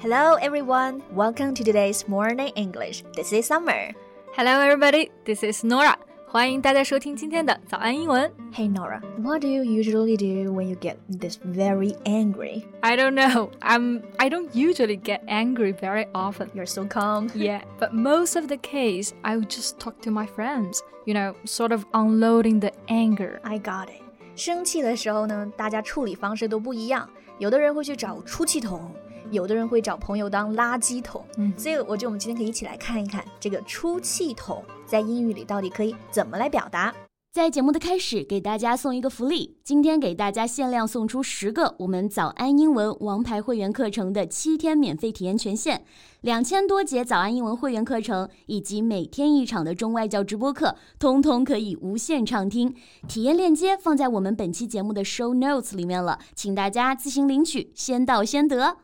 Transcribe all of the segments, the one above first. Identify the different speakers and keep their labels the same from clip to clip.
Speaker 1: Hello, everyone. Welcome to today's Morning English. This is Summer.
Speaker 2: Hello, everybody. This is Nora. 欢迎大家收听今天的早安英文。
Speaker 1: Hey, Nora. What do you usually do when you get this very angry?
Speaker 2: I don't know. I'm. I don't usually get angry very often.
Speaker 1: You're so calm.
Speaker 2: Yeah, but most of the case, I would just talk to my friends. You know, sort of unloading the anger.
Speaker 1: I got it. 生气的时候呢，大家处理方式都不一样。有的人会去找出气筒，有的人会找朋友当垃圾桶。
Speaker 2: 嗯
Speaker 1: 所以我觉得我们今天可以一起来看一看这个出气筒在英语里到底可以怎么来表达。
Speaker 3: 在节目的开始，给大家送一个福利。今天给大家限量送出十个我们早安英文王牌会员课程的七天免费体验权限，两千多节早安英文会员课程以及每天一场的中外教直播课，通通可以无限畅听。体验链接放在我们本期节目的 show notes 里面了，请大家自行领取，先到先得。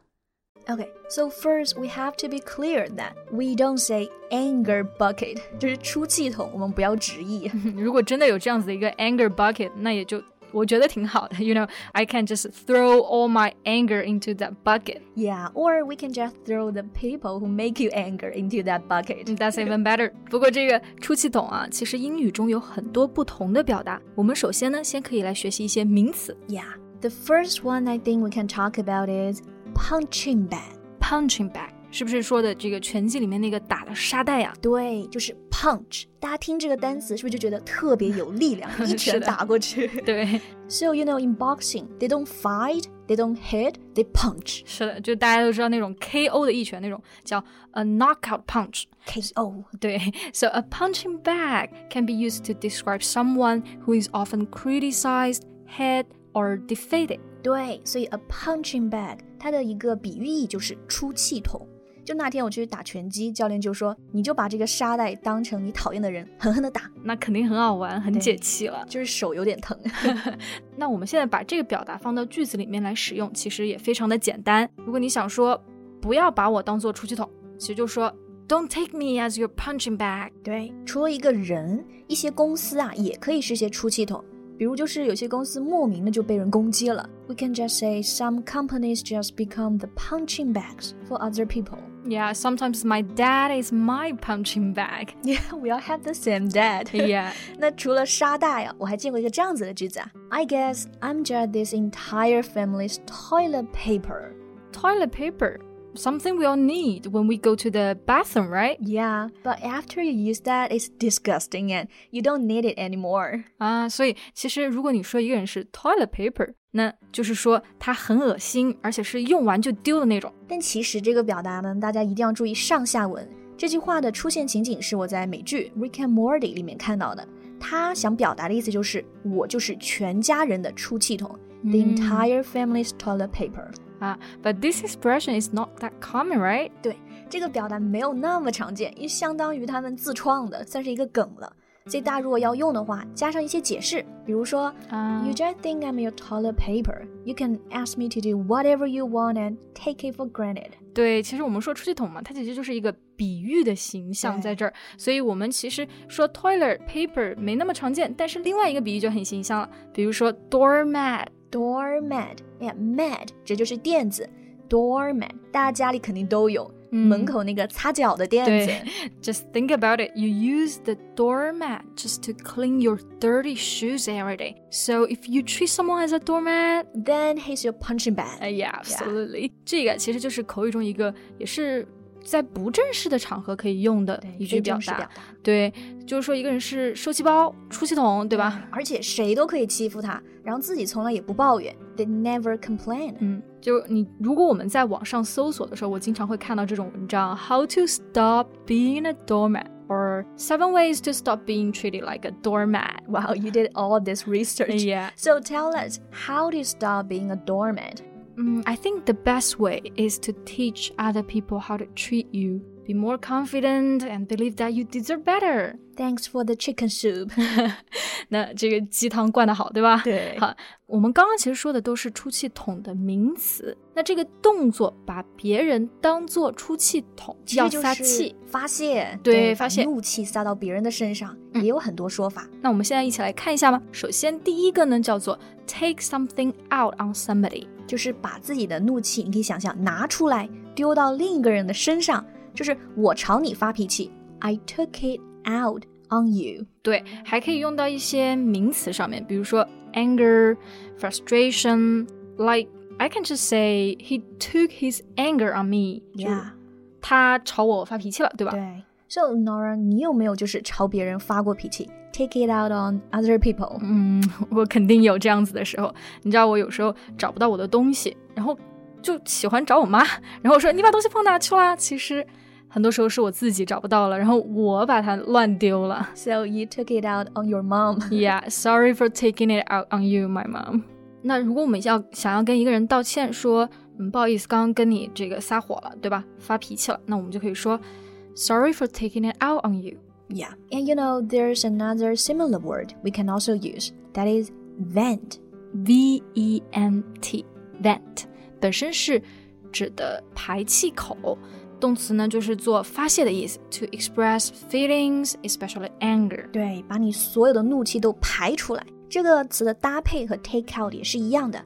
Speaker 1: Okay, so first we have to be clear that we don't say anger bucket，就是出气筒，我们不要直译。
Speaker 2: 如果真的有这样子一个 anger bucket，那也就我觉得挺好的。You know, I can just throw all my anger into that bucket.
Speaker 1: Yeah, or we can just throw the people who make you anger into that bucket.
Speaker 2: That's even better。不过这个出气筒啊，其实英语中有很多不同的表达。我们首先呢，先可以来学习一些名词
Speaker 1: Yeah, the first one I think we can talk about is punching bag.
Speaker 2: ，punching bag，是不是说的这个拳击里面那个打的沙袋啊呀、
Speaker 1: 对，就是 punch。大家听这个单词是不是就觉得特别有力量，一拳
Speaker 2: 是的
Speaker 1: 打过 去
Speaker 2: 对，
Speaker 1: ？So you know, in boxing, they don't fight, they don't hit, they punch.
Speaker 2: 是的，就大家都知道那种 KO 的一拳，那种叫 a knockout punch。
Speaker 1: KO.
Speaker 2: 对，so a punching bag can be used to describe someone who is often criticized, hit, or defeated。
Speaker 1: 对，所以 a punching bag 它的一个比喻意就是出气筒。就那天我去打拳击，教练就说，你就把这个沙袋当成你讨厌的人，狠狠的打，
Speaker 2: 那肯定很好玩，很
Speaker 1: 对
Speaker 2: 解气了。
Speaker 1: 就是手有点疼。
Speaker 2: 那我们现在把这个表达放到句子里面来使用，其实也非常的简单。如果你想说不要把我当做出气筒，其实就说 Don't take me as your punching bag。
Speaker 1: 对，除了一个人，一些公司啊也可以是些出气筒。比如，就是有些公司莫名的就被人攻击了。We can just say some companies just become the punching bags for other people.
Speaker 2: Yeah, sometimes my dad is my punching bag.
Speaker 1: Yeah, we all have the same dad.
Speaker 2: Yeah，
Speaker 1: 那除了沙袋呀、我还见过一个这样子的句子啊：I guess I'm just this entire family's toilet paper.
Speaker 2: toilet paper, something we all need when we go to the bathroom, right?
Speaker 1: Yeah, but after you use that, it's disgusting and you don't need it anymore.
Speaker 2: 啊，所以其实如果你说一个人是 toilet paper，那就是说他很恶心，而且是用完就丢的那种。
Speaker 1: 但其实这个表达呢，大家一定要注意上下文。这句话的出现情景是我在美剧《Rick and Morty》里面看到的。他想表达的意思就是，我就是全家人的出气筒、t h e
Speaker 2: 嗯
Speaker 1: entire family's toilet paper。
Speaker 2: 啊，But this expression is not that common, right?
Speaker 1: 对，这个表达没有那么常见，也相当于他们自创的，算是一个梗了。所以大家如果要用的话，加上一些解释，比如说、
Speaker 2: 啊
Speaker 1: You just think I'm your toilet paper. You can ask me to do whatever you want and take it for granted.”
Speaker 2: 对，其实我们说出气筒嘛，它其实就是一个比喻的形象
Speaker 1: 对
Speaker 2: 在这儿，所以我们其实说 toilet paper 没那么常见，但是另外一个比喻就很形象了，比如说 doormat。
Speaker 1: doormat，哎呀，mat 这就是垫子，doormat 大家家里肯定都有，
Speaker 2: 嗯
Speaker 1: 门口那个擦脚的垫
Speaker 2: 对
Speaker 1: 子。
Speaker 2: ，just think about it. You use the doormat just to clean your dirty shoes every day. So if you treat someone as a doormat,
Speaker 1: Then he's your punching bag。
Speaker 2: 哎呀，absolutely，这个其实就是口语中一个也是在不正式的场合可以用的
Speaker 1: 对
Speaker 2: 一
Speaker 1: 非
Speaker 2: 句表
Speaker 1: 正式
Speaker 2: 达
Speaker 1: 表。
Speaker 2: 对，就是说一个人是受气包、出气筒，对吧？
Speaker 1: 而且谁都可以欺负他，然后自己从来也不抱怨，they never complain。
Speaker 2: 嗯，就你如果我们在网上搜索的时候，我经常会看到这种文章，How to stop being a doormat or seven ways to stop being treated like a doormat。
Speaker 1: Wow, you did all this research.
Speaker 2: Yeah.
Speaker 1: So tell us, how do you stop being a doormat?
Speaker 2: Mm, 嗯，I think the best way is to teach other people how to treat you. Be more confident and believe that you deserve better。
Speaker 1: Thanks for the chicken soup
Speaker 2: 那这个鸡汤灌得好， 对吧？
Speaker 1: 对
Speaker 2: 好，我们刚刚其实说的都是出气筒的名词。那这个动作把别人当做出气筒，
Speaker 1: 其
Speaker 2: 要
Speaker 1: 实就
Speaker 2: 撒
Speaker 1: 是
Speaker 2: 气。
Speaker 1: 发泄，
Speaker 2: 对
Speaker 1: 把
Speaker 2: 发泄
Speaker 1: 怒气撒到别人的身上，
Speaker 2: 嗯
Speaker 1: 也有很多说法。
Speaker 2: 那我们现在一起来看一下吧。首先，第一个呢叫做 take something out on somebody。
Speaker 1: 就是把自己的怒气，你可以想象拿出来丢到另一个人的身上，就是我朝你发脾气，I took it out on you。
Speaker 2: 对，还可以用到一些名词上面，比如说 anger、frustration。Like I can just say he took his anger on me。
Speaker 1: Yeah，
Speaker 2: 他朝我发脾气了，对吧？
Speaker 1: 对。So Nora，你有没有就是朝别人发过脾气？Take it out on other people。
Speaker 2: 嗯， 我肯定有这样子的时候。你知道我有时候找不到我的东西，然后就喜欢找我妈，然后我说你把东西放哪去啦？其实很多时候是我自己找不到了，然后我把它乱丢了。
Speaker 1: So you took it out on your mom。
Speaker 2: Yeah, sorry for taking it out on you, my mom. 那如果我们要想要跟一个人道歉，说嗯不好意思，刚刚跟你这个撒火了，对吧？发脾气了，那我们就可以说 sorry for taking it out on you.
Speaker 1: Yeah. And you know, there's another similar word we can also use that is vent.
Speaker 2: V E N T vent 本身是指的排气口，动词呢就是做发泄的意思，to express feelings, especially anger。
Speaker 1: 对，把你所有的怒气都排出来。这个词的搭配和 take out 也是一样的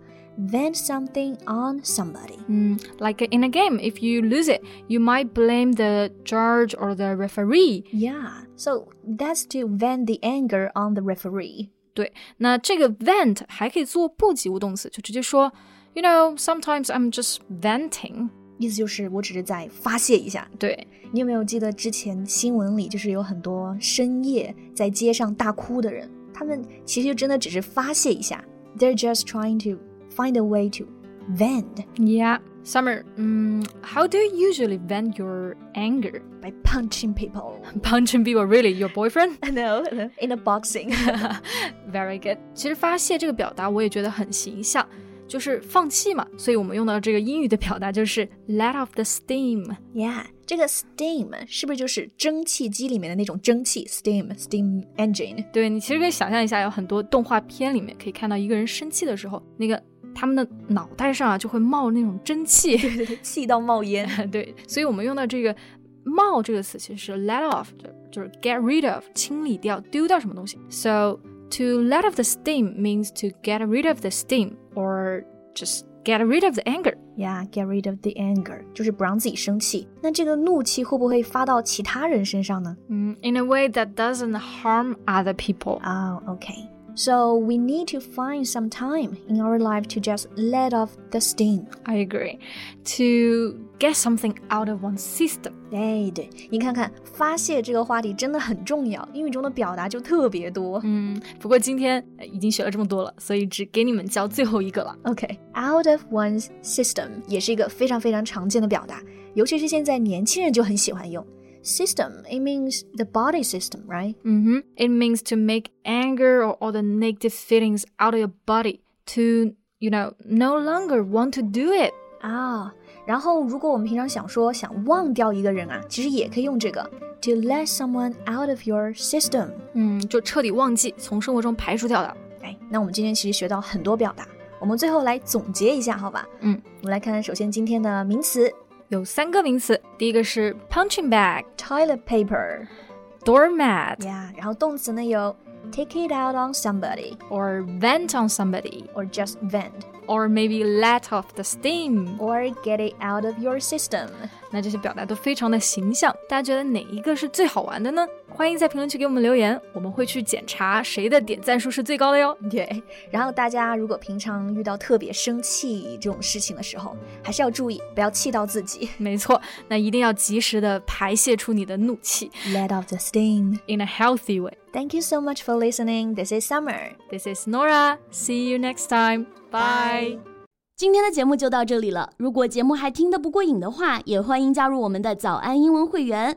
Speaker 1: ，vent something on somebody。
Speaker 2: 嗯，like Mm, in a game, if you lose it, you might blame the judge or the referee。
Speaker 1: Yeah, so that's to vent the anger on the referee.
Speaker 2: 对，那这个 vent 还可以做不及物动词，就直接说，you know, sometimes I'm just venting。
Speaker 1: 意思就是我只是在发泄一下。
Speaker 2: 对，
Speaker 1: 你有没有记得之前新闻里就是有很多深夜在街上大哭的人，他们其实真的只是发泄一下，they're just trying to find a way to vent
Speaker 2: Yeah, Summer. 嗯，How do you usually vent your anger?
Speaker 1: by punching people.
Speaker 2: Punching people, really? Your boyfriend?
Speaker 1: No, in a boxing.
Speaker 2: Very good。其实发泄这个表达我也觉得很形象，就是放气嘛，所以我们用到这个英语的表达就是 let off the steam。
Speaker 1: Yeah，这个 steam 是不是就是蒸汽机里面的那种蒸汽 steam steam engine？
Speaker 2: 对你其实可以想象一下，有很多动画片里面可以看到一个人生气的时候，那个他们的脑袋上啊就会冒那种蒸汽。
Speaker 1: 对对，气到冒烟。
Speaker 2: 对，所以我们用到这个“冒”这个词，其实是 let off，就就是 get rid of，清理掉、丢掉什么东西。So to let off the steam means to get rid of the steam or just get rid of the anger。
Speaker 1: Yeah，get rid of the anger，就是不让自己生气。那这个怒气会不会发到其他人身上呢？
Speaker 2: 嗯，in Mm, a way that doesn't harm other people。
Speaker 1: 哦、o k Oh, So we need to find some time in our life to just let off the steam.
Speaker 2: I agree. To get something out of one's system.
Speaker 1: 哎，对，你看看发泄这个话题真的很重要，英语中的表达就特别多。
Speaker 2: 嗯，Mm, 不过今天呃已经学了这么多了，所以只给你们教最后一个了。
Speaker 1: OK，out、of one's system 也是一个非常非常常见的表达，尤其是现在年轻人就很喜欢用。System it means the body system, right?
Speaker 2: 嗯哼，It means to make anger or all the negative feelings out of your body to, you know, no longer want to do it.
Speaker 1: 啊、Ah. 然后如果我们平常想说想忘掉一个人啊，其实也可以用这个 to let someone out of your system。
Speaker 2: 嗯，就彻底忘记，从生活中排除掉的。
Speaker 1: 哎，那我们今天其实学到很多表达，我们最后来总结一下，好吧？
Speaker 2: 嗯，
Speaker 1: 我们来看看首先今天的名词
Speaker 2: 有三个名词，第一个是 punching bag、
Speaker 1: toilet paper
Speaker 2: doormat
Speaker 1: 呀然后动词呢有 take it out on somebody
Speaker 2: or vent on somebody
Speaker 1: or just vent。
Speaker 2: or maybe let off the steam。
Speaker 1: or get it out of your system。
Speaker 2: 那这些表达都非常的形象，大家觉得哪一个是最好玩的呢？欢迎在评论区给我们留言，我们会去检查谁的点赞数是最高的哟。
Speaker 1: 对，然后大家如果平常遇到特别生气这种事情的时候，还是要注意，不要气到自己。
Speaker 2: 没错，那一定要及时的排泄出你的怒气
Speaker 1: Let off the steam.
Speaker 2: in a healthy way.
Speaker 1: Thank you so much for listening. This is Summer.
Speaker 2: This is Nora. See you next time. Bye.
Speaker 3: 今天的节目就到这里了。如果节目还听得不过瘾的话，也欢迎加入我们的早安英文会员。